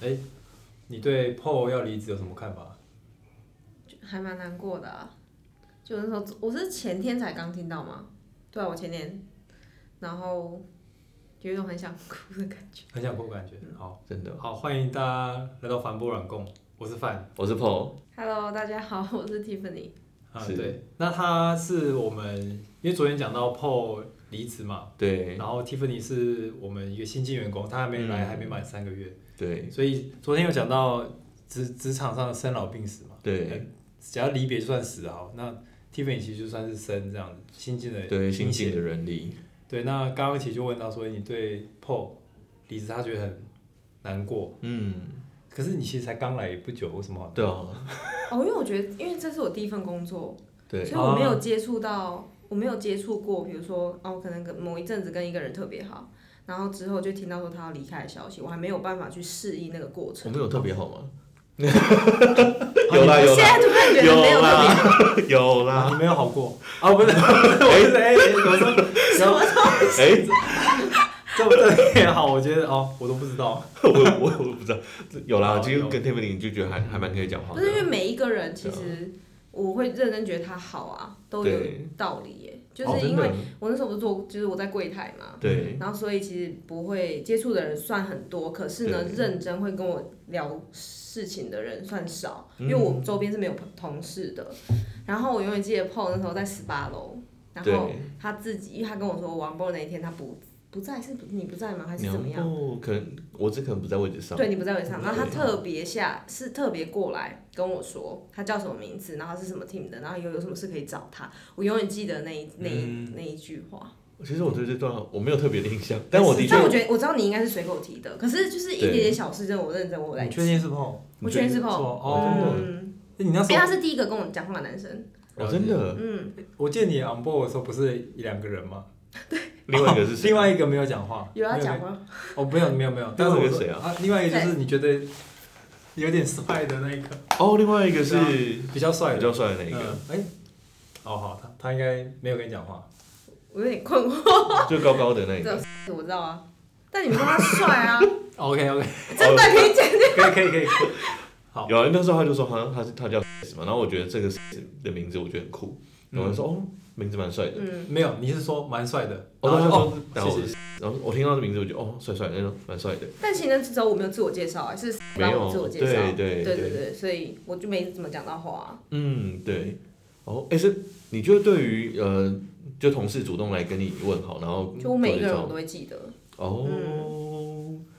哎，你对 Paul 要离职有什么看法？就还蛮难过的啊。就那时候我是前天才刚听到嘛，对啊，我前天，然后有一种很想哭的感觉。很想过感觉。好，嗯真的。好，欢迎大家来到凡波软共，我是范。我是 Paul， Hello，大家好，我是 Tiffany。啊，是对，那他是我们，因为昨天讲到 Paul 离职嘛，对嗯然后 Tiffany 是我们一个新进员工，他还没来，还没满三个月，对所以昨天有讲到职职场上的生老病死嘛，呃对只要离别就算死啊好，那 Tiffany 其实就算是生这样子，新进的对，新新进进的人力，对，那刚刚其实就问到说，你对 Paul 离职，他觉得很难过，嗯，可是你其实才刚来不久，为 什么好？对啊，哦，因为我觉得，因为这是我第一份工作，所对以我没有接触到，我没有接触过，比如说哦，可能跟某一阵子跟一个人特别好，然后之后就听到说他要离开的消息，我还没有办法去适应那个过我程。们有特别好吗？有啦现在突然觉得没有特别好， 有啊，，你没有好 过啊？不是， 我是哎，哎我说，哦什么哎， 这不这也好，我觉得哦，我都不知道。我我我不知道，有啦，有就跟 Tiffany 就觉得还还蛮可以讲话不是因为的，啊每一个人其实我会认真觉得他好啊，都有对道理耶。就哦是真因的为我那时候不是做，就是我在柜台嘛，对然后所以其实不会接触的人算很多，可是呢，对认真会跟我聊事情的人算少，嗯因为我周边是没有同事的。然后我永远记得 Paul 那时候在十八楼，然后对，他自己，因为他跟我说王波那一天他不不在，是不你不在吗？还是然怎么样？后哦可能我这可能不在位置上，对你不在位上，对然后他特别下是特别过来跟我说他叫什么名字，然后他是什么 team 的，然后有有什么事可以找他。我永远记得那一那一、嗯那一句话。其实我对这段我没有特别的印象，但我的确但，我觉得我知道你应该是随口提的，可是就是一点点小事，真的我认真 我来你确定是 Paul？我确定是 Paul 哦，嗯，你那因为时候他是第一个跟我讲话的男生。哦，真的，嗯，我见你 on board 的时候，不是一两个人吗？ 另外一个是哦谁？另外一个没有讲话，有要讲没吗？哦，没有没有没有，但是另外我一个说谁啊啊，另外一个就是你觉得有点帅的那一个，哦，另外一个是比较帅比的较帅的那嗯一个，哎，哦好，他他应该没有跟你讲话，我有点困惑。嗯就高高的那一个，我知道啊，但你们说他帅啊， OK OK，真的可以讲。可以可以可以，可以好有啊，那时候他就说好像他是他叫什么，然后我觉得这个的名字我觉得很酷，然后 我就说哦，名字蛮帅的。嗯，没有，你是说蛮帅的，哦，然他后就就说哦，，然后谢我谢，然后我听到这名字，我觉得哦，帅帅的，那种蛮帅的，但情人之手我没有自我介绍啊，是没帮有我，自我介绍。对对对对，对，所以我就没怎么讲到话、啊。嗯对，哦，哎是，你觉得对于呃，就同事主动来跟你问好，然后就我每一个人嗯做我介都会记得，绍哦，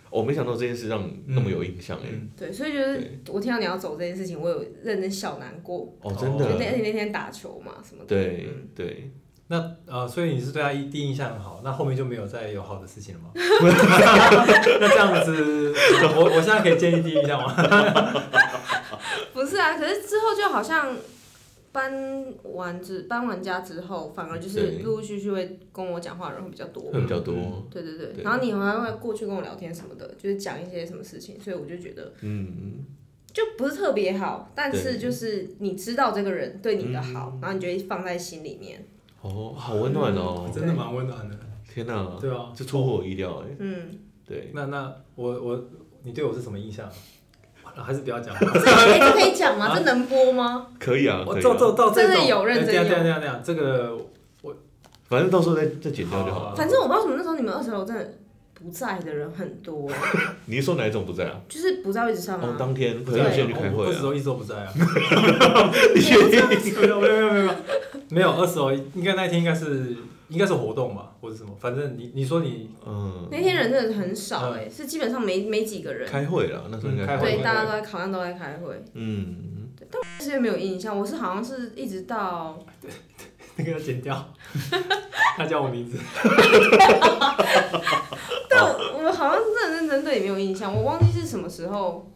我没想到这件事让你那么有印象哎，嗯对，所以就是我听到你要走这件事情，我有认真小难过。哦真就那的，那天打球嘛什么的，对对，那呃，所以你是对他一第一印象很好，那后面就没有再有好的事 情了吗？ 那这样子，我我现在可以建议第一印象吗？不是啊，可是之后就好像搬完之搬完家之后，反而就是对陆陆续续会跟我讲话的人会比较多。会比较多，对对对，对然后你还会过去跟我聊天什么的，就是讲一些什么事情，所以我就觉得嗯，就不是特别好，但是对就是你知道这个人对你的好，然后你就会放在心里面。哦，好温暖哦，嗯真的蛮温暖的，天哪，对啊。这出乎我意料哎，嗯，对，那那我我你对我是什么印象？完了还是不要讲了。这哎这可以讲吗？这能播吗？可以啊，我可以到啊，到到这真种的有认真哎有这样这样这样这样，这个反正到时候再再剪掉就好了。反正我不知道为什么那时候你们二十楼真的不在的人很多，你是说哪一种不在啊？就是不在位置上哦，啊。当天可能有些人去开会二十啊，楼一直哦都不在啊。 你 确定？没有没有没有没有没有没有二十楼，应该那天应该是应该是活动吧，或者什么，反正你你说你 嗯，那天人真的很少哎、是基本上没没几个人，开会啦，那时候应该开会对，大家都在好像都在开会，嗯，其实没有印象，我是好像是一直到那个要剪掉， 他叫我名字，但我好像认认真对你没有印象，我忘记是什么时候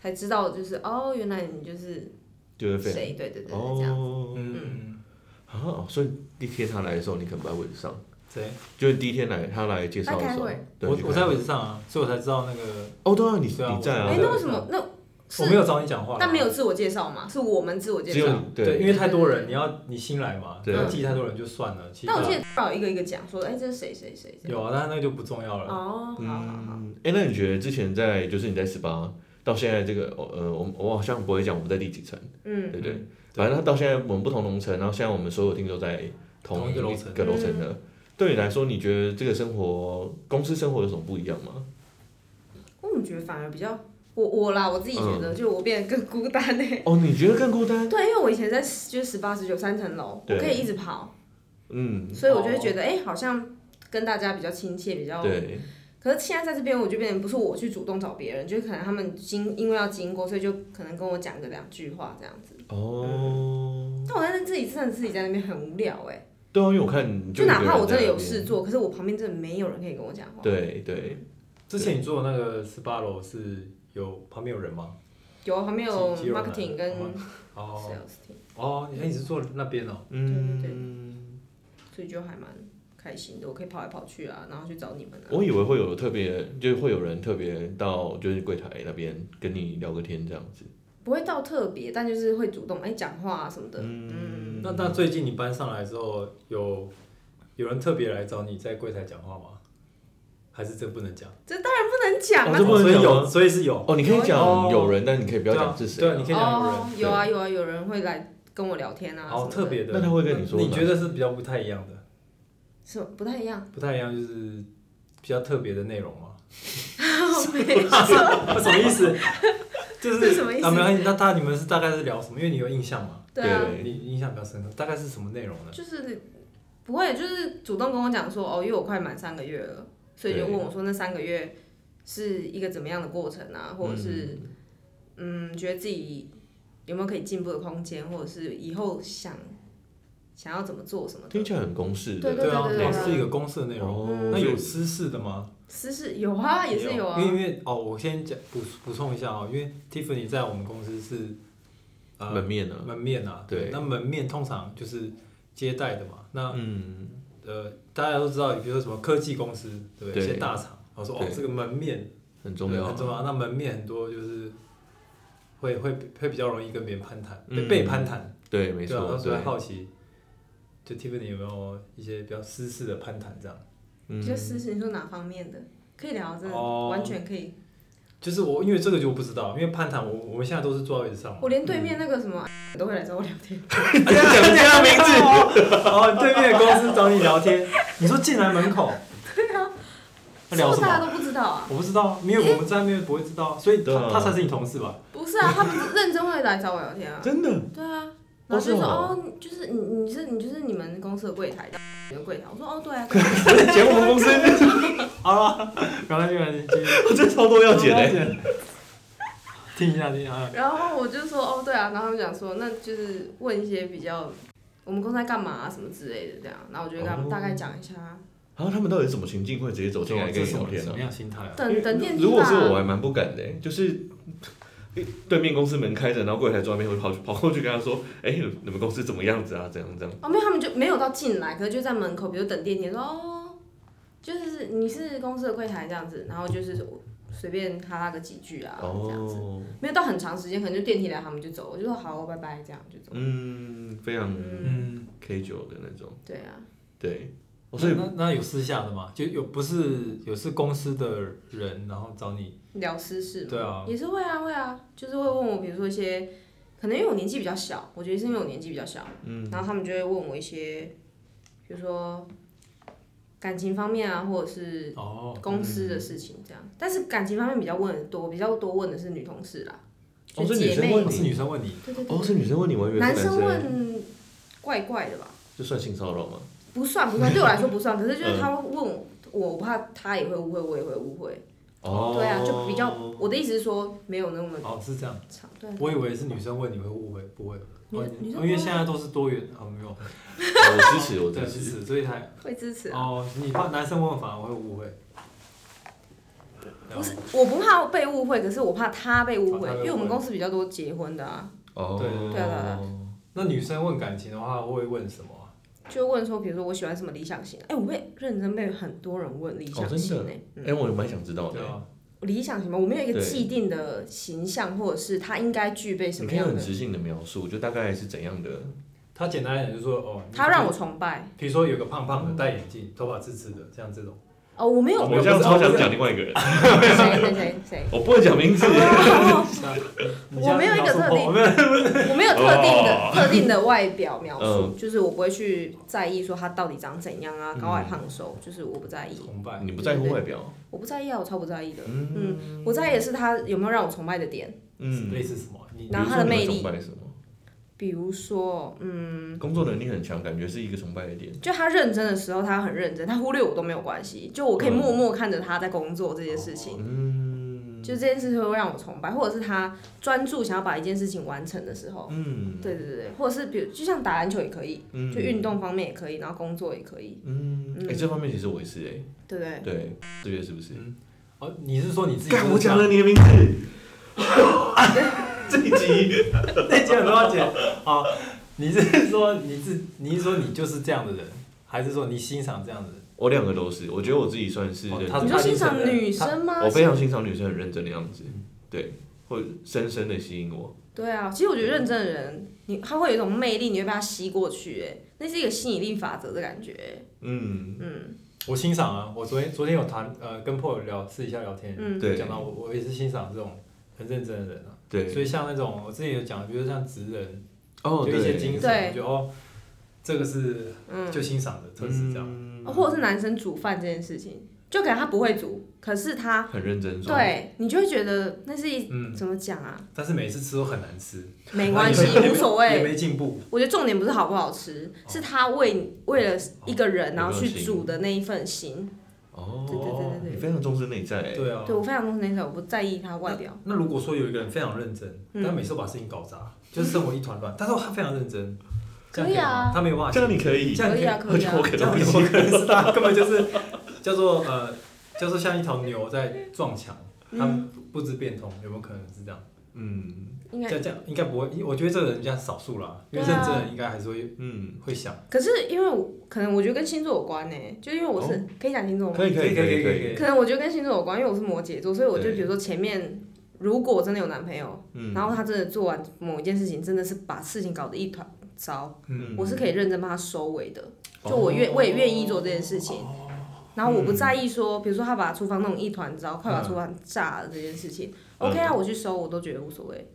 才知道，就是哦，原来你就是就是费谁，对对对对，这样。哦，嗯，啊，所以第一天他来的时候，你可能不在位置上，谁？就是第一天来他来介绍的时候他开会，对我去开我在位置上啊，所以我才知道那个哦，对啊，你对啊你在啊哎、，对那啊为什么那是我没有找你讲话，啊但没有自我介绍嘛，是我们自我介只有绍。你对，因为太多人，你要你新来嘛，对你要记太多人就算了。其实但我记得要一个一个讲说，哎、这是谁谁谁谁。有啊，但那个就不重要了。哦，好好好，嗯，哎、那你觉得之前在就是你在十八到现在这个，呃，我我好像不会讲我们在第几层，嗯，对不对？反正他到现在我们不同楼层，然后现在我们所有听都在同一一个楼层个楼层的。对你来说，你觉得这个生活公司生活有什么不一样吗？我怎么觉得反而比较我我啦，我自己觉得，嗯就我变得更孤单呢、 哦，你觉得更孤单？对，因为我以前在10就是十八、十九三层楼，我对可以一直跑，嗯，所以我就会觉得，哎、好像跟大家比较亲切，比较。对，可是现在在这边，我就变成不是我去主动找别人，就可能他们经因为要经过，所以就可能跟我讲个两句话这样子。哦，但我在那自己真的自己在那边很无聊哎、对啊，因为我看你就一个哪怕人我真的在那有边事，做，可是我旁边真的没有人可以跟我讲话。对对，之前你做的那个十八楼是有旁边有人吗？有啊旁边有肌肌肉男 marketing 跟哦啊 sales 哦 team，哦，你看你是做那边哦，对对嗯，所以就还蛮开心的，我可以跑来跑去啊，然后去找你们啊。我以为会有特别，就是会有人特别到就是柜台那边跟你聊个天这样子。不会到特别，但就是会主动哎讲话啊什么的。嗯，那那最近你搬上来之后，有有人特别来找你在柜台讲话吗？还是这不能讲？但啊不能讲哦啊这。不能所以讲吗有，所以是有。哦，你可以哦讲有人，但你可以不要讲是谁对啊，。你可以讲有人。哦，有啊有啊，有人会来跟我聊天啊。好什么特的别的，那他会跟你说你哪觉得是比较不太一样的，是不太一样， 不太一样就是比较特别的内容吗？没错，什么意思？就是这什么意思啊，没关系。那大你们是大概是聊什么？因为你有印象嘛，对啊，对你印象比较深刻，大概是什么内容呢？就是不会，就是主动跟我讲说哦，因为我快满三个月了，所以就问我说那三个月是一个怎么样的过程啊，或者是嗯觉得自己有没有可以进步的空间，或者是以后想想要怎么做啊什么听的。起来很公式对的。对啊，对类对似一个公式的内容。哦，那所以有私事的吗？私事有啊，也是有啊因，为因为哦，我先讲补补充一下哦，因为 Tiffany 在我们公司是呃门面呢？门面啊，对那门面通常就是接待的嘛。那嗯，呃，大家都知道，比如说什么科技公司，对不对？对一些大厂，然后说哦对，这个门面很重要对啊。很重要。那门面很多就是会会会比较容易跟别人攀谈，被嗯被攀谈，对，没对啊错那，所以对，好奇，就 Tiffany 有没有一些比较私事的攀谈这样？嗯就私事你说哪方面的可以聊，真的哦完全可以。就是我因为这个就不知道，因为攀谈我我们现在都是坐在位置上嘛。我连对面那个什么都会来找我聊天， 讲人家名字，哦，对面的公司找你聊天，你说进来门口，对啊，是聊不什是大家么？都不知道啊？我不知道，因为我们在那边不会知道，所以对啊他他才是你同事吧？不是啊，他们是认真会来找我聊天啊。真的 对啊，然后就哦是说哦哦，你就是你你是你就是你们公司的柜台，你的柜台。我说哦，对啊，对啊剪我们公司， 好了，没关系，没关系，继续我这超多要 剪啊的。的。听一下，听一下，然后我就说哦，对啊，然后他们讲说那就是问一些比较我们公司在干嘛、啊、什么之类的这样，然后我就跟他们哦大概讲一下，啊然后啊他们到底是什么情境会直接走进来跟啊这你是什聊么天什呢么？样心态啊？等等电梯哦如果是我，吧。还蛮不敢的、欸就是对面公司门开着，然后柜台坐那边，我就跑去 跑过去跟他说：“哎、你们公司怎么样子啊？怎样怎样哦，没有，他们就没有到进来，可是就在门口，比如等电梯说哦，就是你是公司的柜台这样子，然后就是我随便哈拉个几句？”啊、这样子，哦，没有到很长时间，可能就电梯来他们就走，我就说好，拜拜这样就走。嗯，非常嗯， K 九的那种，对啊。对，哦、所所以以那那有私下的吗？就有不是有是公司的人，然后找你，聊私事嘛，对啊也是会啊会啊，就是会问我，比如说一些，可能因为我年纪比较小，我觉得是因为我年纪比较小，嗯，然后他们就会问我一些，比如说感情方面啊，或者是哦，公司的事情这样，但是感情方面比较问的多，比较多问的是女同事啦，哦就是女姐生妹，问是女生问你，对对对，哦是女生问你，我以为是嗯男生生，问怪怪的吧，这算性骚扰吗？不算不算，对我来说 不算，可是嗯就是他会问我，我怕他也会误会，我也会误会，哦，对啊，就比较，嗯我的意思是说没有那么哦，是这样。长，对啊。我以为是女生问你会误会，不会。女哦女生啊因问为现在都是多元，哦，没有，我支持，我对，是支持，是，所以还会支持啊。哦，你怕男生问反而会误会，不是，我不怕被误会，可是我怕他被误哦怕会他被误，会因为我们公司比较多结婚的啊，哦，对对啊那女生问感情的话会问什么啊？就问说，比如说我喜欢什么理想型，哎、我被认真被很多人问理想型哦哎、哎、我蛮想知道的、对啊，理想型吗？我没有一个对既定的形象，或者是他应该具备什你么可以样很的。直性的描述，就大概是怎样的，他简单一点就是说，哦，他让我崇拜比如说有个胖胖的，戴眼镜，头发直直的，这样这种，哦，我没 有，我我这样超想讲另 外一个人，谁谁谁谁，我不会讲名字，哦你这样我没有一个特定我没有我没有特定的哦特定的外表描述，嗯就是我不会去在意说他到底长怎样啊，高矮胖瘦，就是我不在意，崇拜，你不在乎外表，我不在意啊，我超不在意的。嗯我在意的是他有没有让我崇拜的点，嗯，类似什么？啊你然后他的魅力比如说你会崇拜什么？比如说，嗯，工作能力很强，感觉是一个崇拜的点。就他认真的时候，他很认真，他忽略我都没有关系，就我可以默默看着他在工作这件事情，嗯就这件事情会让我崇拜，或者是他专注想要把一件事情完成的时候，嗯对对对，或者是比如就像打篮球也可以，嗯就运动方面也可以，然后工作也可以，嗯，哎、这方面其实我也是哎、对不对？对，这个是不是？哦，你是说你自己？干，我讲了，你的 名字，这一集 那讲多少 钱？好，你是说你自，你是说你就是这样的人，还是说你欣赏这样的人？我两个都是，我觉得我自己算是认真、哦他你说欣赏女生吗？我非常欣赏女生很认真的样子，对，会深深的吸引我。对啊，其实我觉得认真的人，你他会有一种魅力，你会被他吸过去，哎，那是一个吸引力法则的感觉欸。嗯，嗯，我欣赏啊，我昨天昨天有谈呃跟 Paul 聊私底下聊天，嗯对讲到我我也是欣赏这种很认真的人啊，所对，以像那种我之前有讲，比如说像职人，哦，就对，一些精神，对我觉得哦，这个是嗯哦就欣赏的特质这样，嗯或者是男生煮饭这件事情，就可能他不会煮，可是他很认真，，对你就会觉得那是一嗯，怎么讲啊？但是每次吃都很难吃，没关系然后也，没无所也谓。没进步，我觉得重点不是好不好吃，是他为为了一个人然后有没有去心煮的那一份心。哦，对对对对你对非常重视内在欸，对啊，对我非常重视那一种，我不在意他外表。那如果说有一个人非常认真，嗯但每次都把事情搞砸，就是生活一团乱，但是他非常认真，这样可以啊吗他没有办法这样你可以，这样可以啊，可我以觉啊得我。可这样能你不我行，可能是他根本就是叫做呃，叫做像一头牛在撞墙，他嗯，不知变通，有没有可能是这样？嗯应这该。样这样应该不会，我觉得这个人家少数啦，因为对啊认真的人应该还是会嗯，会想。可是因为我可能我觉得跟星座有关呢、欸就因为我是、可以讲星座吗？可以可以可可以以可可以以，可以可能我觉得跟星座有关，因为我是摩羯座，所以我就对比如说前面如果真的有男朋友，嗯，然后他真的做完某一件事情，真的是把事情搞得一团糟，嗯，我是可以认真帮他收尾的，哦嗯就我愿、我也愿意做这件事情。然后我不在意说，比如说他把厨房弄一团糟，快把厨房炸了这件事情、嗯 o k 啊，我去收我都觉得无所谓。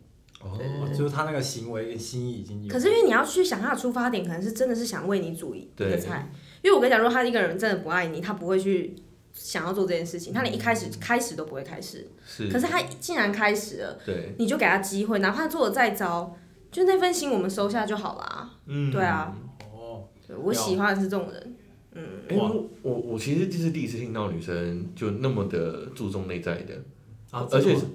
哦，就是他那个行为跟心意已经有可。是因为你要去想他的出发点，可能是真的是想为你煮一一个对菜。因为我跟你讲，如果他一个人真的不爱你，他不会去想要做这件事情，他连一开始嗯开始都不会开始。是，可是他既然开始了，对，你就给他机会，哪怕做的再糟，就那份心我们收下就好啦。嗯，对啊，哦，对我喜欢的是这种人，嗯，哎、我我我其实这是第一次听到女生就那么的注重内在的，啊，而这且个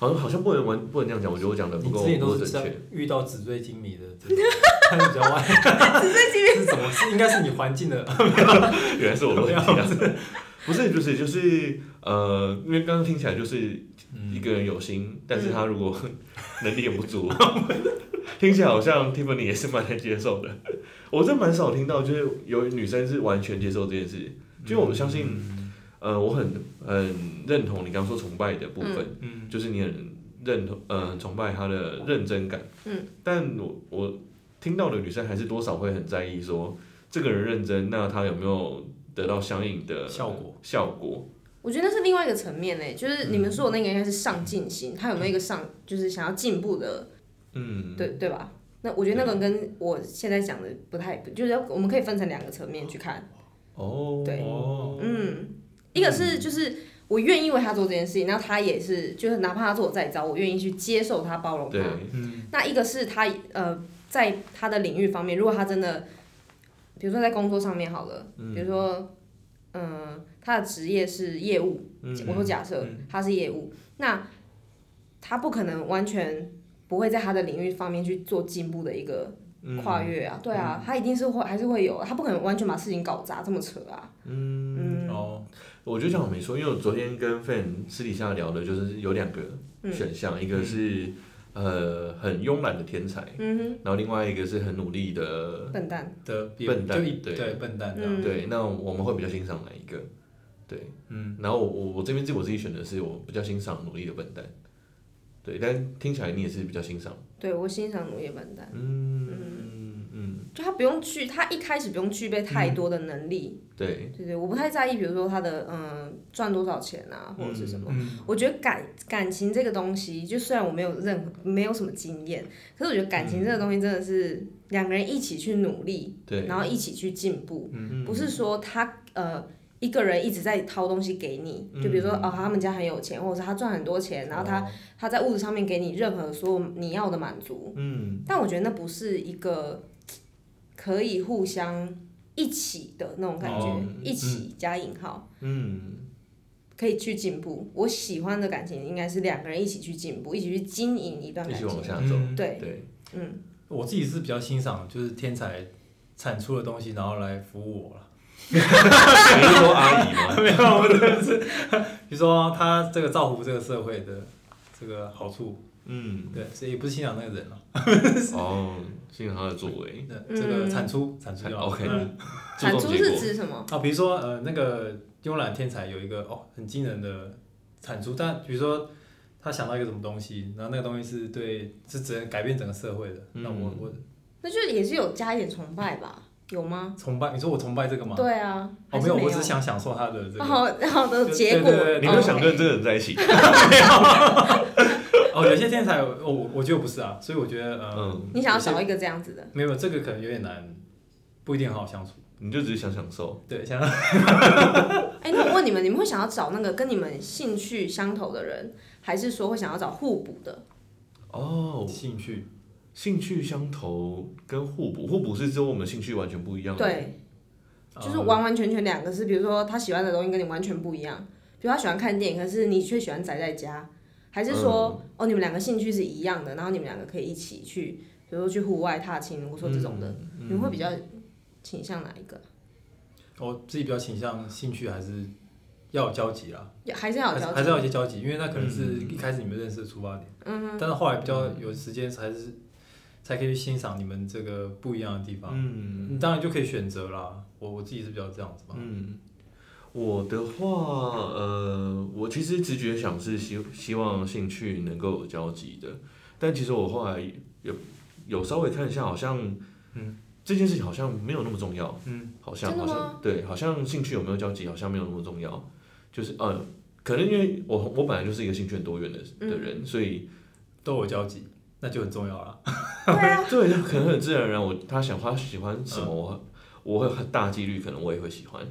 好像好像不能完不能这样讲，我觉得我讲的你呃不够之前不都够是准像确。遇到纸醉金迷的这种，看比较歪。纸醉金 迷是什么？是应该是你环境的。 原来是我问题啊， 不是不是就是呃，因为刚刚听起来就是嗯一个人有心，但是他如果 能力也不足， 听起来好像 Tiffany 也是蛮难接受的。我真蛮少听到就是有女生是完全接受这件事，就我们相信，嗯呃，我很很认同你刚刚说崇拜的部分。嗯，就是你很认同，呃，很崇拜他的认真感。嗯，但我我听到的女生还是多少会很在意说，这个人认真，那他有没有得到相应的效果？效果？我觉得那是另外一个层面嘞，就是你们说的那个应该是上进心，他有没有一个上就是想要进步的，嗯，啊对对吧？那我觉得那个跟我现在讲的不太，就是我们可以分成两个层面去看，哦，对哦嗯，一个是就是我愿意为他做这件事情，那他也是就是哪怕他做的再糟，我愿意去接受他包容他对，，嗯，那一个是他呃，在他的领域方面，如果他真的，比如说在工作上面好了，比如说，嗯、他的职业是业务，嗯嗯我说假设他是业务，那他不可能完全不会在他的领域方面去做进步的一个嗯嗯跨越啊，对啊，他一定是会还是会有，啊他不可能完全把事情搞砸这么扯啊，嗯哦，我觉得这样我没错，因为我昨天跟 Fan 私底下聊的就是有两个嗯选项，一个是呃很慵懒的天才，嗯然后另外一个是很努力的哼，笨蛋，的也笨蛋就一对啊对笨蛋这样。嗯对，那我们会比较欣赏哪一个？对，嗯，然后我我我这边自我自己选的是我比较欣赏努力的笨蛋，对，但听起来你也是比较欣赏，对我欣赏农业笨蛋，嗯嗯，就他不用具，他一开始不用具备太多的能力，对，对对，我不太在意，比如说他的嗯赚多少钱啊，或者是什么。嗯，我觉得感感情这个东西，就虽然我没有任何没有什么经验，可是我觉得感情这个东西真的是两个人一起去努力，对，然后一起去进步，嗯不是说他呃一个人一直在掏东西给你，嗯就比如说哦他们家很有钱，或者是他赚很多钱，然后他、哦他在物质上面给你任何所有你要的满足，嗯但我觉得那不是一个可以互相一起的那种感觉，哦一起加引号。嗯，可以去进步。我喜欢的感情应该是两个人一起去进步，一起去经营一段一感起情往。下走，嗯对，对，嗯，我自己是比较欣赏就是天才产出的东西，然后来服务我了。你是说阿姨吗？没有，我真的是，比如说他这个造福这个社会的这个好处，嗯，对，所以也不是欣赏那个人了， 哦，欣赏他的作为，对，这嗯个产出产出才就好 OK，嗯注产重出结是果，指什么？啊，比如说呃，那个慵懒天才有一个哦很惊人的产出，但比如说他想到一个什么东西，然后那个东西是对是只能改变整个社会的，嗯那我我那就也是有加一点崇拜吧？有吗？崇拜，你说我崇拜这个吗？对啊，哦还没是有，有，哦我只想享受他的这个，好好的对结果。哦对对对你没有想 OK 跟这个人在一起，哦有些天才我我我觉得不是啊，所以我觉得呃、嗯，你想要有些找一个这样子的，没有这个可能有点难，不一定很好相处，你就只是想享受，对，想哎、那我问你们，你们会想要找那个跟你们兴趣相投的人，还是说会想要找互补的？哦，兴趣，兴趣相投跟互补，互补是指我们兴趣完全不一样的，对，就是呃完完全全两个是，比如说他喜欢的东西跟你完全不一样，比如他喜欢看电影，可是你却喜欢宅在家，还是说、嗯哦你们两个兴趣是一样的，然后你们两个可以一起去，比如说去户外踏青，我说这种的，嗯你们会比较倾向哪一个？呃我自己比较倾向兴趣还是要有交集啦，也还是要还有是交还是集，要有一些交集，因为那可能是嗯一开始你们认识的出发点，嗯，但是后来比较有时间才是才可以去欣赏你们这个不一样的地方，嗯你当然就可以选择啦。我我自己是比较这样子吧，嗯，我的话，呃，我其实直觉想是希希望兴趣能够有交集的，但其实我后来有有稍微看一下，好像，嗯，这件事情好像没有那么重要，嗯，好像真的好吗像对，好像兴趣有没有交集好像没有那么重要，就是呃，可能因为我我本来就是一个兴趣很多元的嗯的人，所以都有交集，那就很重要啦。对啊，对，可能很自然而然，我他想他喜欢什么，我我会很大几率可能我也会喜欢。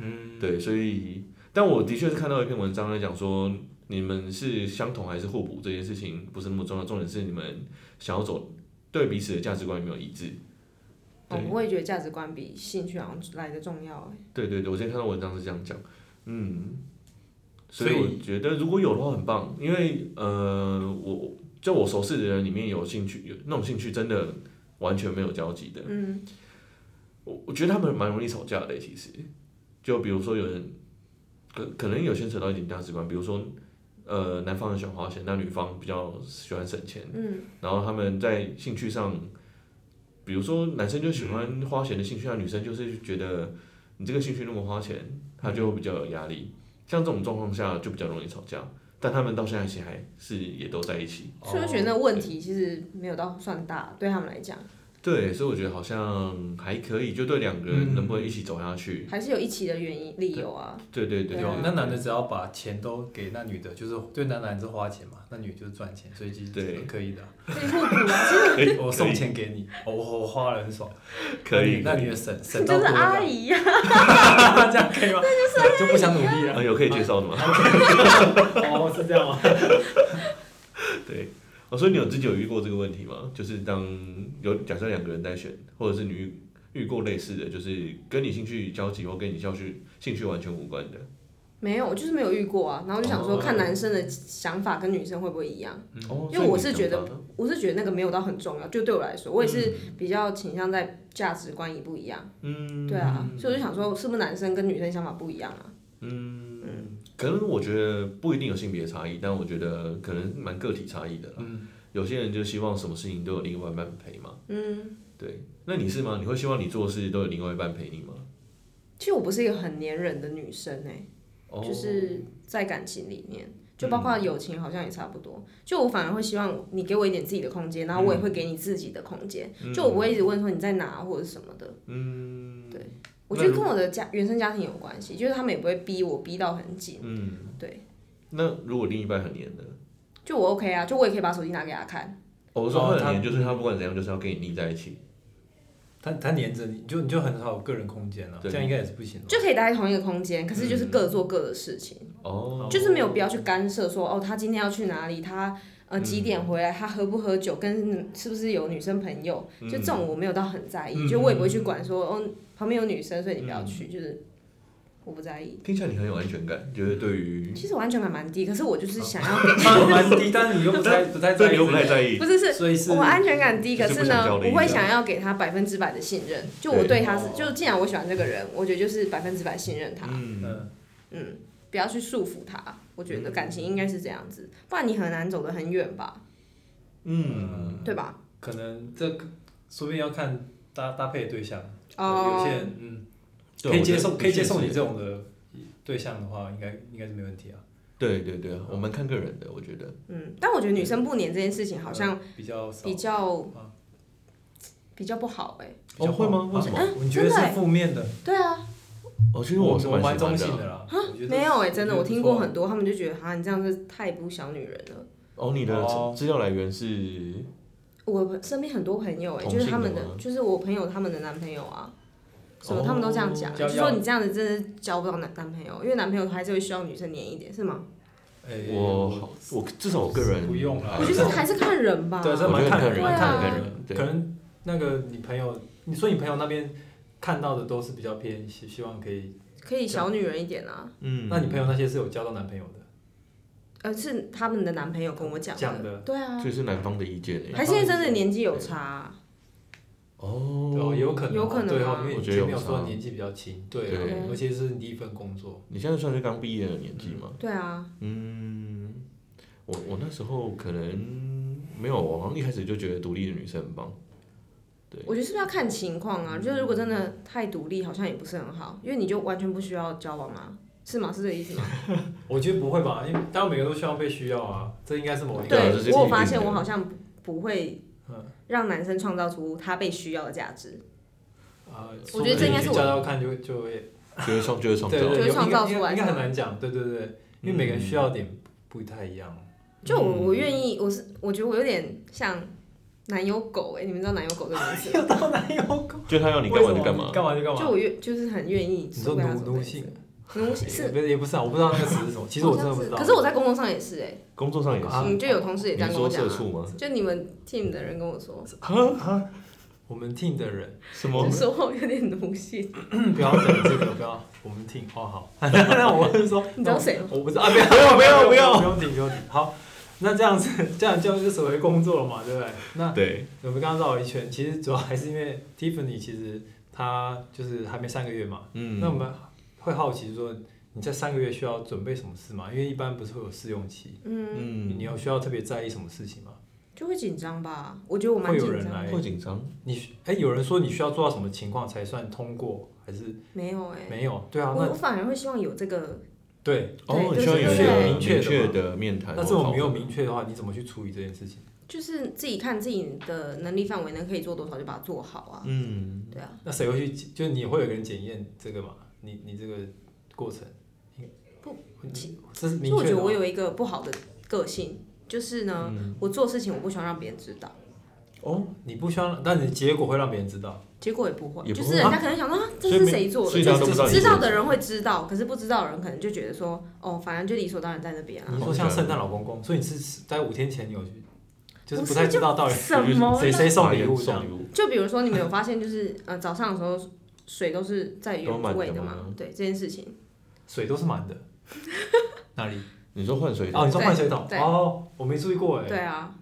嗯，对，所以，但我的确是看到一篇文章在讲说，你们是相同还是互补这件事情不是那么重要，重点是你们想要走对彼此的价值观有没有一致。哦对我也觉得价值观比兴趣好像来的重要哎、对对对，我之前看到文章是这样讲，嗯，所以所以我觉得如果有的话很棒，因为呃，我就我熟识的人里面有兴趣有那种兴趣真的完全没有交集的，嗯，我我觉得他们蛮容易吵架的，欸其实，就比如说有人可可能有牵扯到一点价值观，比如说呃，男方很喜欢花钱，但女方比较喜欢省钱，嗯，然后他们在兴趣上。比如说，男生就喜欢花钱的兴趣，那、女生就是觉得你这个兴趣那么花钱，他就会比较有压力。像这种状况下就比较容易吵架，但他们到现在其实还是也都在一起。所以我觉哦得那个问题其实没有到算大，对他们来讲对，所以我觉得好像还可以，就对两个人嗯能不能一起走下去。还是有一起的原因理由啊。对对对对对啊哦，那男的只要把钱都给那女的，就是对男男是花钱嘛，那女的就是赚钱，所以其对实可以的啊。所以互补啊， 其哎可以我送钱给你，哦我我花了很爽，可以，那可以，女的省实省到就多是阿了，姨啊 呀、这样可以吗？就不想努力了啊，。有可以介绍的吗？ 哦，是这样吗？对，哦，所以你有自己有遇过这个问题吗？就是当有假设两个人在选，或者是你遇遇过类似的，就是跟你兴趣交集或跟你兴趣兴趣完全无关的。没有，我就是没有遇过啊。然后就想说，哦看男生的想法跟女生会不会一样。嗯哦，因为所以我你是想觉得法呢我是觉得那个没有到很重要，就对我来说，我也是比较倾向在价值观也不一样。嗯，对啊，所以我就想说，是不是男生跟女生想法不一样啊？可能我觉得不一定有性别差异，但我觉得可能蛮个体差异的啦。嗯有些人就希望什么事情都有另外一半陪嘛。嗯，对，那你是吗？你会希望你做事都有另外一半陪你吗？其实我不是一个很粘人的女生哎、哦嗯就是在感情里面，就包括友情好像也差不多。就我反而会希望你给我一点自己的空间，然后嗯我也会给你自己的空间。就我不会一直问说你在哪或者什么的。嗯，对我觉得跟我的家原生家庭有关系，就是他们也不会逼我逼到很紧。嗯，对，那如果另一半很黏呢？就我 OK 啊，就我也可以把手机拿给他看。哦我说他哦他很黏，就是他不管怎样，就是要跟你腻在一起。他他黏着你，就你就很少有个人空间了，对这样应该也是不行吧。就可以待在同一个空间，可是嗯就是各做各的事情，哦，就是没有必要去干涉说哦，他今天要去哪里，他呃几点回来，他喝不喝酒，跟是不是有女生朋友，就这种我没有到很在意，嗯就我也不会去管说哦旁边有女生，所以你不要去，就是我不在意。听起来你很有安全感，就是对于，其实我安全感蛮低，可是我就是想啊要给， 蛮蛮低，但是你又不太不太对在你意又不，太在意不是是所以是我安全感低，就可是是不想呢，交的意思我会想要给他百分之百的信任。就我对他是，就既然我喜欢这个人，我觉得就是百分之百信任他，嗯，嗯嗯，不要去束缚他。我觉得感情应该是这样子，不然你很难走得很远吧，嗯，对吧？可能这个说不定要看搭搭配的对象，有些哦，人嗯对可以我觉接得受可以接受你的确这是种的对象的话，应该应该是没问题啊，对对对，我们看个人的，我觉得，嗯，但我觉得女生不黏这件事情好像比较少比较啊比较不好哎。比较哦会吗啊为什么啊你觉得真是的欸负面的？对啊，哦，其实我是我蛮喜欢中的性啊。的啦，我觉得没有哎，真的，我觉得听不错啊过很多，他们就觉得哈，你这样是太不小女人了。哦，你的哦资料来源是我身边很多朋友哎，同就是性他们的的吗，就是我朋友他们的男朋友啊。什么哦他们都这样讲，啊交就友是说你这样子真的是交不到男男朋友，因为男朋友还是会需要女生黏一点，是吗？哎我好，我至少我个人不用啦还我觉就得还是看人吧。对，这我觉蛮得看看人，人蛮看对啊人的。对可能那个你朋友，你说你朋友那边看到的都是比较偏希希望可以，可以小女人一点啊。嗯，那你朋友那些是有交到男朋友的，呃，是他们的男朋友跟我讲讲的的。对啊，这是男方的意见欸诶。还是因为真的年纪有差啊、对哦，哦，也有可能哦，嗯有可能对啊哦，因为我你觉得前有面有说差年纪比较轻，对对啊，而且是你第一份工作，你现在算是刚毕业的年纪吗？对啊，嗯，我我那时候可能没有，我好像一开始就觉得独立的女生很棒。对嗯我觉得是不是要看情况啊？就是如果真的太独立，好像也不是很好，因为你就完全不需要交往啊，是吗？是这个意 思吗？我觉得不会吧，因为当然每个人都希望被需要啊，这应该是某一对啊个，这是一定我有发的现我好像不不会嗯让男生创造出他被需要的价值，嗯啊，我觉得这应该是我交交看就就会，就会创，就会创对造。对，就有是创造应该出来应该是很吗难讲，对对对，因为每个人需要的点不太一样，就我我愿意，我是我觉得我有点像男友狗哎、你们知道男友狗这个名 词吗？到哪有空？就他要嗯你干嘛就干嘛你。干嘛就干嘛，就我愿就是很愿意你说为他奴做奴这件性事，。奴性是也不是也不是啊，我不知道那个词是什么。其实我真的不知道。可是我在工作上也是哎、工作上也啊是，嗯，就有同事也这样你是跟我说讲、社啊，畜吗？啊就你们 team 的人跟我说， 我们听的人，什就么？说我有点奴性，不要讲这个，不要。我们听，哦好。 那我是说，你知道谁吗？我不知道啊，不要不要不不要不用停不用停。好，那这样子，这样就是所谓工作了嘛，对不对？那对，我们刚刚绕了一圈，其实主要还是因为 Tiffany 其实她就是还没三个月嘛，嗯，那我们会好奇说。你在三个月需要准备什么事吗？因为一般不是会有试用期，嗯，你嗯，有需要特别在意什么事情吗？就会紧张吧？我觉得我蛮会有紧人张来的，会紧张。你需哎、有人说你需要做到什么情况才算通过，还是没有哎、没有，对啊，我我那反而会希望有这个，对，哦，对你需要有一个对明对对确的面谈。但是我们没有哦明确的话，你怎么去处理这件事情？就是自己看自己的能力范围能可以做多少就把它做好啊。嗯，对啊，那谁会去？就是你会有个人检验这个嘛？你你这个过程，不你，其这是明就我觉确得的我吗。有一个不好的个性，就是呢，我做事情我不喜欢让别人知道，哦，你不需要，但你结果会让别人知道。结果也不会，也不就会是人家可能想说啊，这所以是没谁做的？所以大家都不知道你知做道的人会知道，可是不知道的人可能就觉得说，哦，反正就理所当然在那边啊你。说像圣诞老公公，所以你是在五天前你有去，就是不是不太知道到底什哦么谁呢？谁送哪礼里物这送样。礼物，就比如说，你们有发现，就是呃，早上的时候水都是在都原满位的的吗嘛？对这件事情，水都是满 的。哪里？你说换水哦，桶，你说换水桶？对哦，我没注意过哎。对啊，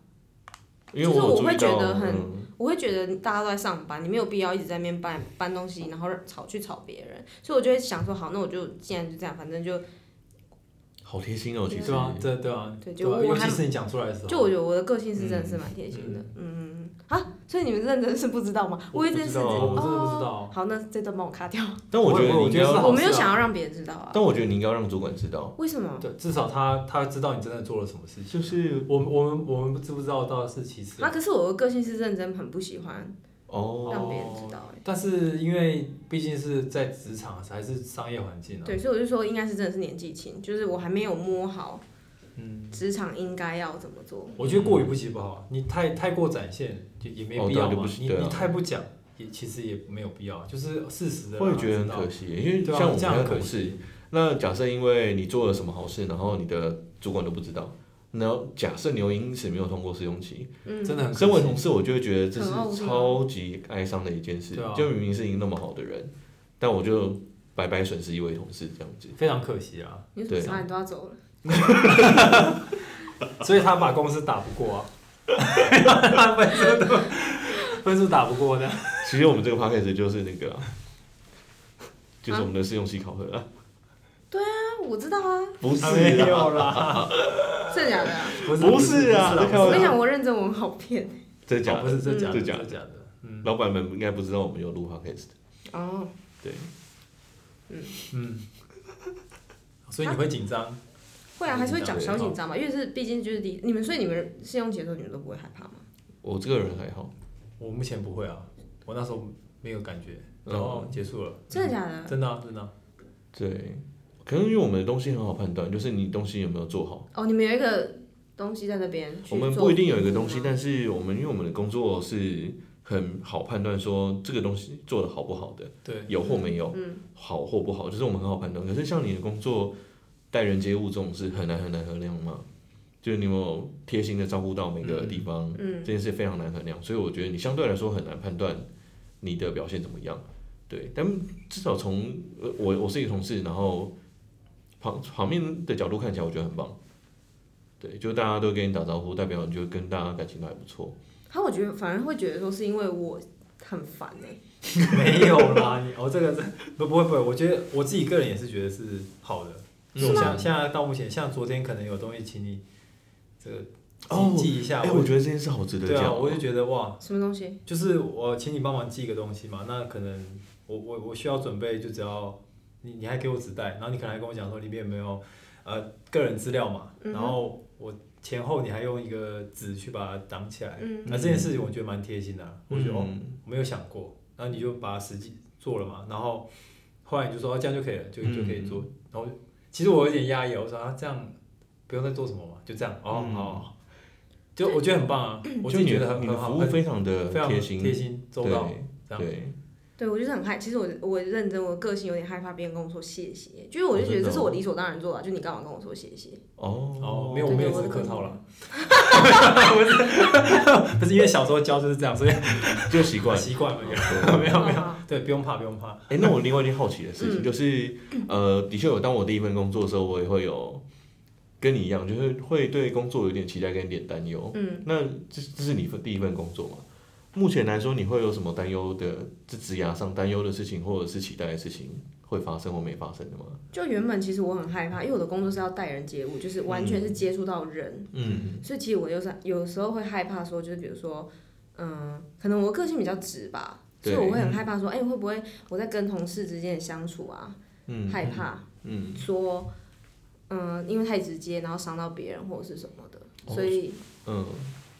因为就是有我注会意觉到得很嗯我会觉得大家都在上班，你没有必要一直在那边搬搬东西，然后吵去吵别人，所以我就会想说，好，那我就既然就这样，反正就好贴心哦，其实对啊，对对啊，对就对啊，我尤还其是你讲出来的时候，就我觉得我的个性是真的是蛮贴心的，嗯嗯嗯。嗯啊，所以你们认真是不知道吗？我以为这件事情，不知道啊我真的不知哦，道。好，那这段帮我卡掉。但我觉我得你我应觉该得是要，好我没有事啊想要让别人知道啊，但我觉得你应该要让主管知道，为什么？对，至少他他知道你真的做了什么事情。就是我们我们我们知不知道到是其次啊，，可是我的个性是认真，很不喜欢哦，让别人知道、欸。但是因为毕竟是在职场还是商业环境啊，对，所以我就说，应该是真的是年纪轻，就是我还没有摸好嗯，职场应该要怎么做。我觉得过于不及不好，你太太过展现就也没哦必对啊要就不嘛，是你对啊你太不讲也其实也没有必要，就是事实的我让他也觉得知很道可。惜，因为对啊像我们这样家很可同事，那假设因为你做了什么好事，然后你的主管都不知道，然后假设你又因此没有通过试用期，嗯，真的很可惜身为同事，我就会觉得这很啊懊是恼超级哀伤的一件事对啊，就明明是一个那么好的人，但我就白白损失一位同事这样子。非常可惜啊，你对什么你都要走了，啊所以他把公司打不过啊， 他分数都分数打不过的，其实我们这个 p a c k a g e 就是那个啊、 就是我们的试用期考核 啊，啊，我知道啊，不是没啊，有啦，真的假的啊？不是不不是啊不是在开我玩跟你笑讲，我认真，我很好骗。 真的假哦不的？是这假的，这假的这假的，嗯老板们应该不知道我们有录 podcast，哦，对，嗯，所以你会紧张，会啊，还是会讲对哦小紧张嘛，因为是毕竟就是第你们，所以你们试用期的时候你们都不会害怕吗？我这个人还好，我目前不会啊，我那时候没有感觉，然后结束了，真的假的？真的啊真的啊，对，可能因为我们的东西很好判断，就是你东西有没有做好。哦，你们有一个东西在那边去我们做啊不一定有一个东评估西，吗但是我们因为我们的工作是很好判断说这个东西做的好不好的，对，有或没有，嗯好或不好，就是我们很好判断。可是像你的工作待人接物这种事，很难很难衡量嘛，就是你有没有贴心的照顾到每个地方，嗯这，件事非常难衡量，所以我觉得你相对来说很难判断你的表现怎么样。对，但至少从呃我我是一个同事，然后旁旁边的角度看起来，我觉得很棒。对，就大家都跟你打招呼，代表你就跟大家感情都还不错。他我觉得反而会觉得说是因为我很烦哎、 没有啦，你哦这个不不会不会，我觉得我自己个人也是觉得是好的，是就吗像现在到目前，像昨天可能有东西请你这个记、哦记一下，哎、我觉得这件事好值得啊对讲啊，哦、我就觉得哇，什么东西？就是我请你帮忙寄一个东西嘛，那可能我我我需要准备，就只要你你还给我纸袋，然后你可能还跟我讲说里面有没有呃个人资料嘛，嗯哼然后我前后你还用一个纸去把它挡起来，嗯那这件事情我觉得蛮贴心的啊，我觉得哦嗯我没有想过，然后你就把它实际做了嘛，然后后来你就说、哦、这样就可以了，就嗯就可以做，然后其实我有点压抑，我说啊这样不用再做什么嘛，就这样哦、嗯好。就我觉得很棒 啊，嗯我自己就你觉得的很你的很好，服务很非常的非常贴心，贴心周到，这对样对，对我就是很害，其实我我认真，我个性有点害怕别人跟我说谢谢，就是我就觉得这是我理所当然做的啊、就你干嘛跟我说谢谢？哦哦，没有，对我们也我是的客客套套了，不是，不是因为小时候教就是这样，所以 就习惯。习惯了，对没有没有，有，对，不用怕不用怕，哎、那我另外一件好奇的事嗯 情、就是，呃，的确有，当我第一份工作的时候，我也会有跟你一样，就是会对工作有点期待跟一点担忧。嗯，那这这是你第一份工作嘛？目前来说，你会有什么担忧的？这职涯上担忧的事情，或者是期待的事情，会发生或没发生的吗？ 就原本其实我很害怕，因为我的工作是要待人接物，就是完全是接触到人，嗯，所以其实我有时有时候会害怕说，就是比如说，嗯、可能我个性比较直吧，所对以我会很害怕说，哎、会不会我在跟同事之间的相处啊，嗯害怕，嗯，说，嗯、因为太直接，然后伤到别人或者是什么的，哦所以，嗯，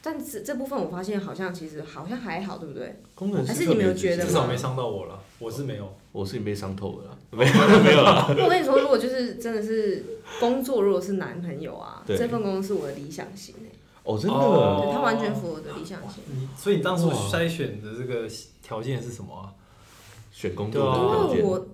但这这部分我发现好像其实好像还好，对不对？工程师还是你们有觉特得至别少没伤到我了，我是没有，我是被伤透 了啦，没有没有啦， 我跟你说，如果就是真的是工作，如果是男朋友啊，对这份工作是我的理想型欸哦，真的，哦对他完全符合我的理想型。你所以你当初哇筛选的这个条件是什么啊？选工对作啊的条因为件，哦我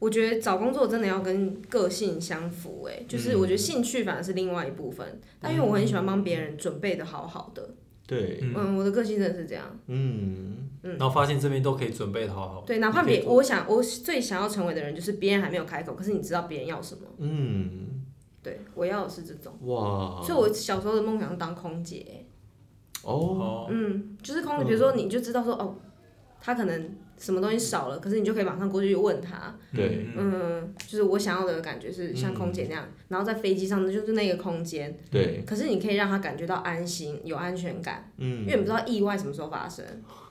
我觉得找工作真的要跟个性相符，哎，就是我觉得嗯兴趣反而是另外一部分，但因为我很喜欢帮别人准备的好好的，对，嗯嗯，我的个性真的是这样。嗯，然后发现这边都可以准备的好好，对，哪怕哦你可以别做我想我最想要成为的人，就是别人还没有开口，可是你知道别人要什么。嗯，对，我要的是这种。哇，所以，我小时候的梦想是当空姐，哦，哦，嗯嗯，就是空姐。比如说，你就知道说，哦，她可能什么东西少了，可是你就可以马上过去问他，对，嗯，嗯，就是我想要的感觉是像空姐那样，然后在飞机上就是那个空间，嗯对，可是你可以让他感觉到安心，有安全感，因嗯，为你不知道意外什么时候发生，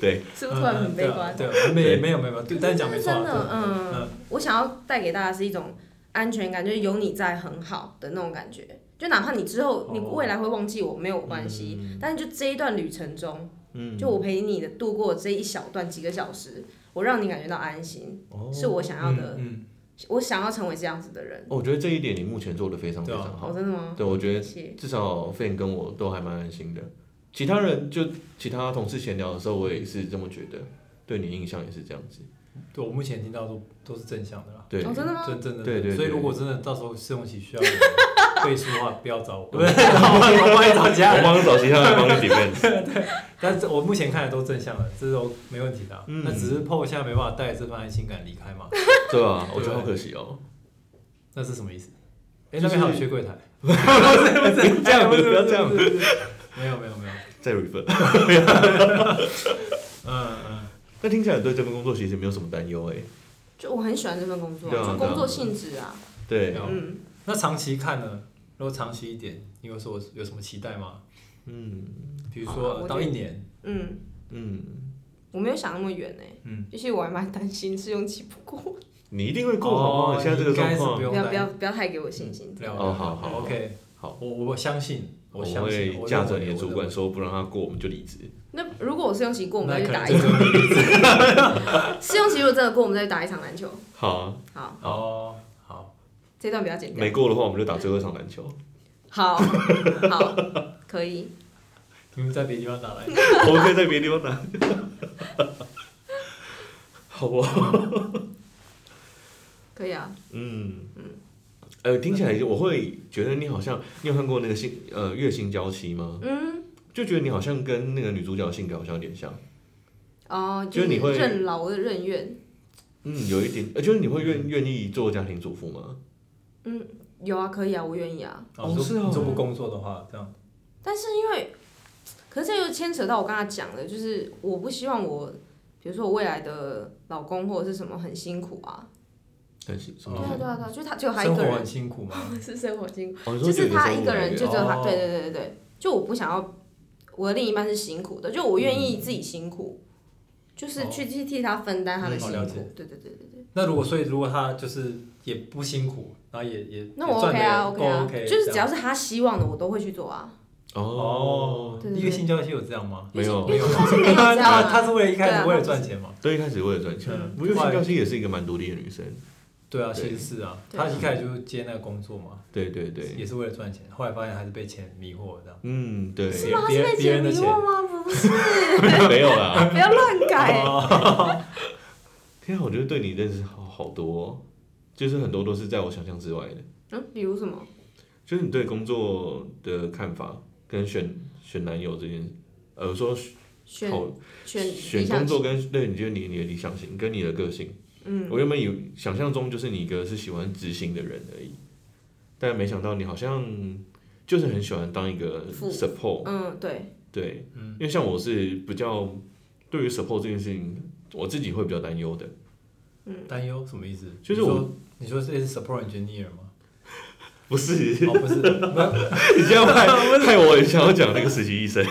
对，是不是突然很悲 观？对啊，对啊没没有没有没有，对，但是讲没错啊，真的，嗯，嗯我想要带给大家是一种安全感，就是有你在很好的那种感觉。就哪怕你之后你哦嗯未来会忘记我，没有关系，但是就这一段旅程中，嗯，就我陪你的度过这一小段几个小时，我让你感觉到安心，哦，是我想要的，嗯，我想要成为这样子的人。我觉得这一点你目前做的非常非对啊常哦，好，真的吗？对，我觉得谢谢。至少 Fan 跟我都还蛮安心的。其他人就其他同事闲聊的时候，我也是这么觉得，对你印象也是这样子。嗯对，我目前听到都都是正向的啦，对，哦，真的吗？真真的，对对对所以如果真的到时候试用期需要我背书的话，不要找我， 不是，我帮你找其他我人。帮你找其他人帮你 defense。 但是我目前看的都正向的，这都没问题的啊。嗯那只是 PO 现在没办法带着这份安心感离开嘛，对啊，我觉得好可惜哦。那是什么意思？哎，就是那边还有缺柜台，不要 啊这 样，不要这样，没有没有没有，再 refer。嗯嗯，那听起来对这份工作其实没有什么担忧哎。就我很喜欢这份工作啊，对啊就对啊工作性质啊，对，对啊嗯，那长期看呢？如果长期一点，你有说有什么期待吗？嗯比如好啊说我呃觉到得一年，嗯，嗯，我没有想那么远呢、嗯，就是我还蛮担心试用期不过，你一定会过好不好？哦你现在这个状你应该是不况，用不要担嗯不要不要太给我信心。了哦好好，OK，好，我我相信，我相会信，我架认着为你的主，我认管为说不让他过，我们就离职。那如果我试用期过，我们那再可去能打这一场。就试用期如果真的过，我们再去打一场篮球。好啊，好， 哦，好。这段比较简单没。过的话，我们就打最后一场篮球。 好，好，可以。你们在别的地方 打来？我们可以在别的地方拿。 好吧，可以啊，嗯呃，听起来就我会觉得你好像，你有看过那个性呃月薪娇妻吗？嗯，就觉得你好像跟那个女主角的性格好像有点像，哦，就是是你会任劳任怨，嗯，有一点，呃，就是你会嗯愿愿意做家庭主妇吗？有啊，可以啊，我愿意啊。哦，你是说哦你说不工作的话，这样但是因为，可是这又牵扯到我刚才讲的，就是我不希望我，比如说我未来的老公或者是什么很辛苦啊。但是什对么哦啊，意对思？啊，对啊，就他只有他一生个活人很，辛苦吗？是生活辛苦。哦，你嗯就说是觉得他生活一个人，来源就只有他，哦对对对对对，就我不想要我的另一半是辛苦的，就我愿嗯意自己辛苦，就是去去替他分担他的哦嗯好辛了苦解，对对对对对，那如果所以如果他就是也不辛苦，然后也也那也我赚 OK 得啊够 OK 啊， OK，就是这只样要是他希望的，我都会去做啊，哦，哦对，对一个对性教育有这样吗？没有因为他是没有这样 他他啊，是为了一对开啊始为他了不赚是钱嘛？所以一开始为了赚钱嗯，我觉得后性来娇妻也是一个蛮独立的女生，对啊，对其实是啊，对啊他一开始就接那个工作嘛，对对对，也是为了赚钱，后来发现还是被钱迷惑了这样。嗯，对，是吗？他别是被别姐人的迷钱惑吗？不是，没有啦，不要乱 改，哦天啊，我觉得对你认识好好多、哦，就是很多都是在我想象之外的。嗯，比如什么？就是你对工作的看法跟选选男友这件，呃，我说选好选选理工想作跟对，你觉得你你的理想型跟你的个性，嗯，我原本以想象中就是你一个是喜欢执行的人而已，但没想到你好像就是很喜欢当一个副 support，嗯，对，对，因为像我是比较对于 support 这件事情，我自己会比较担忧的，担忧什么意思？就是你我说你说是 support engineer 吗？不是， 哦，不是，没有你这样害害我很想要讲那个实习医生，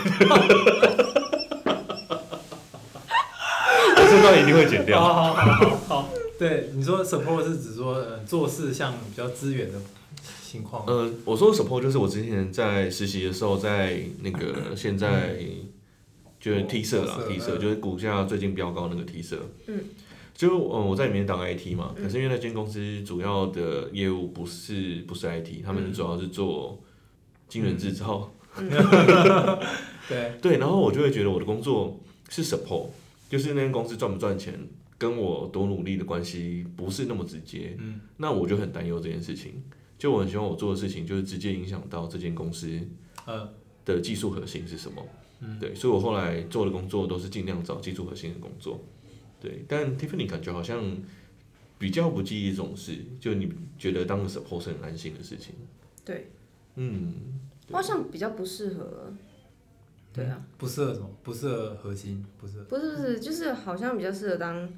我知道一定会剪掉。哦好好好好好，对，你说 support 是指说、呃、做事像比较资源的情况，呃，我说的 support 就是我之前在实习的时候，在 那个现在就是 T 社啦哦，T 社嗯就是股价最近飙高那个 T 社。嗯。就嗯，我在里面当 IT 嘛，可是因为那间公司主要的业务不是不是 IT，他们主要是做晶圆制造，对，对，然后我就会觉得我的工作是 support，就是那间公司赚不赚钱，跟我多努力的关系不是那么直接。嗯，那我就很担忧这件事情。就我很希望我做的事情，就是直接影响到这间公司呃，的技术核心是什么。嗯，对，所以我后来做的工作都是尽量找技术核心的工作。对，但 Tiffany 感觉好像比较不介意这种事，就你觉得当个 support 是很安心的事情。对，嗯，我好像比较不适合，对啊，不适合什么？不适合核心，不适合不是不是，就是好像比较适合当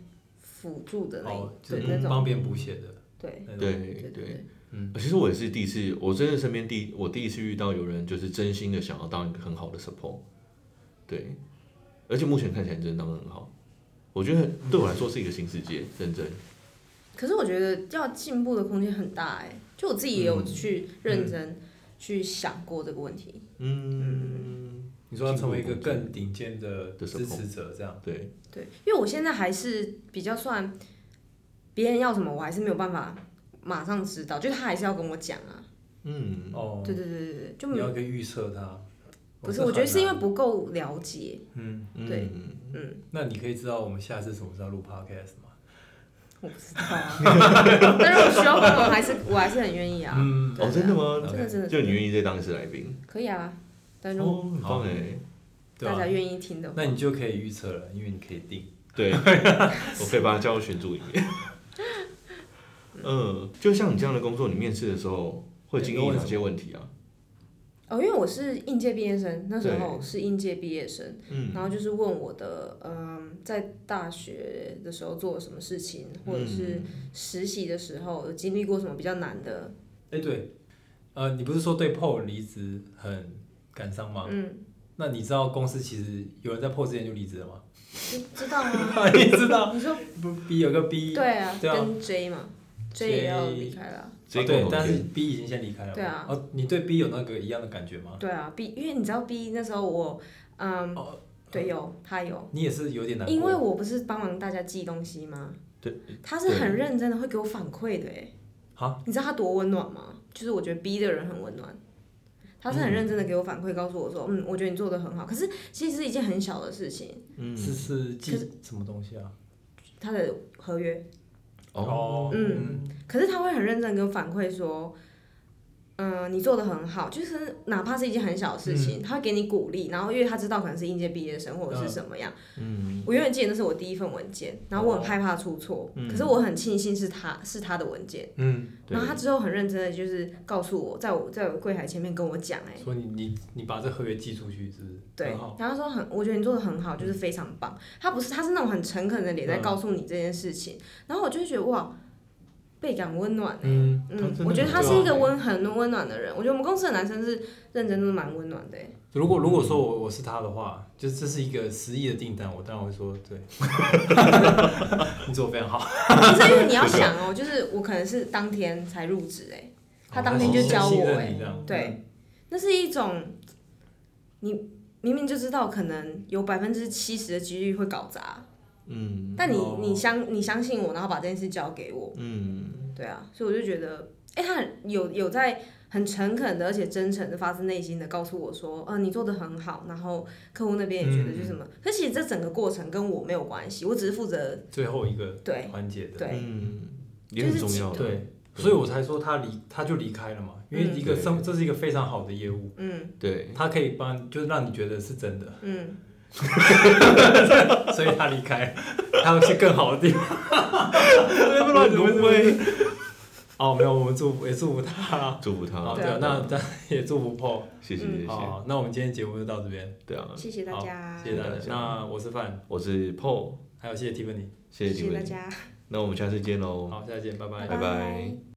辅助的那一哦，就对是那不种帮别人补血的对那种。对对对对，呃其实我也是第一次，我真的身边第一我第一次遇到有人就是真心的想要当一个很好的 support，对，而且目前看起来真的当的很好，我觉得对我来说是一个新世界，认真。可是我觉得要进步的空间很大哎、就我自己也嗯有去认真去想过这个问题。嗯，你说要成为一个更顶尖的的支持者，这样对，对，因为我现在还是比较算，别人要什么我还是没有办法马上知道，就是他还是要跟我讲啊。嗯，哦，对对对对对，就你没要可以预测它。不是，哦我觉得是因为很不够了解。难对嗯嗯，嗯，那你可以知道我们下次什么时候录 podcast 吗？我不知道啊，但是我需要帮忙，还是我还是很愿意啊。嗯对哦，啊真的吗？真的真的就真你的愿意再当一次来宾？可以啊，但如果哦，很棒哎，对大吧家？愿意听的话，那你就可以预测了，因为你可以定。对，我可以把他加入群组里面。嗯，就像你这样的工作，你面试的时候会经历哪些问题啊？哦，因为我是应届毕业生，那时候是应届毕业生，嗯然后就是问我的，嗯，在大学的时候做了什么事情，或嗯者是实习的时候有经历过什么比较难的，哎，对，呃，你不是说对 Paul 离职很感伤吗？嗯，那你知道公司其实有人在 Paul 之前就离职了吗？ 知知道吗？ 你知道你说不 B 有个 B，对啊，对啊跟 J 嘛，J 也要 J 离开了，这哦一对共，但同是间 B 已经先离开了。对啊哦，你对 B 有那个一样的感觉吗？对啊，B，因为你知道 B 那时候我，嗯，哦对，有他有。你也是有点难过。因为我不是帮忙大家寄东西吗？对，他是对很认真的，会给我反馈的哎。啊，你知道他多温暖吗？就是我觉得 B 的人很温暖，他是很认真的给我反馈，告诉我说，嗯，我觉得你做的很好。可是其实是一件很小的事情，嗯是是可记什么东西啊？他的合约，哦，嗯，可是他会很认真地给我反馈说，嗯、你做的很好，就是哪怕是一件很小的事情，他会给你鼓励，然后因为他知道可能是应届毕业生或者是什么样，嗯，我永远记得那是我第一份文件，然后我哦很害怕出错，可是我很庆幸是他是他的文件，嗯，对然后他之后很认真的就是告诉我，在我在我柜台前面跟我讲、哎。说你你你把这合约寄出去是不是？对很好，然后他说很，我觉得你做的很好，就是非常棒。他不是，他是那种很诚恳的脸在嗯告诉你这件事情，然后我就会觉得哇，倍感温暖哎、嗯他真嗯的，我觉得很他对是啊一个温很温暖的人。我觉得我们公司的男生是认真的蛮温暖的、欸，如果如果说我我是他的话，就是这是一个十亿的订单，我当然会说对， 你做的非常好。可是因为你要想哦，就是我可能是当天才入职哎、他当天就教哦他我哎、信任你这样对，那是一种你明明就知道可能有百分之七十的几率会搞砸，嗯但你哦你相你相信我，然后把这件事交给我，嗯，对啊，所以我就觉得，哎、他很有有在很诚恳的，而且真诚的，发自内心的告诉我说，呃，你做的很好，然后客户那边也觉得就是嗯什么，可其实这整个过程跟我没有关系，我只是负责最后一个对环节的，对，嗯也很重要的，对，所以我才说他离他就离开了嘛，因为一个嗯生这是一个非常好的业务，嗯对， 他可以帮就是让你觉得是真的， 嗯，所以他离开，他要去更好的地方。不然龙威，哦，没有，我们祝福也祝福他啦。祝福他好，对对啊啊，那当然也祝福 Paul。哦谢嗯谢嗯谢谢，好，那我们今天节目就到这边，对啊，谢谢大嗯好家，谢谢大家谢谢。大家那我是范，我是 Paul，还有谢谢 Tiffany。谢谢你谢大们，家，那我们下次见喽，好，下次见，拜拜。拜拜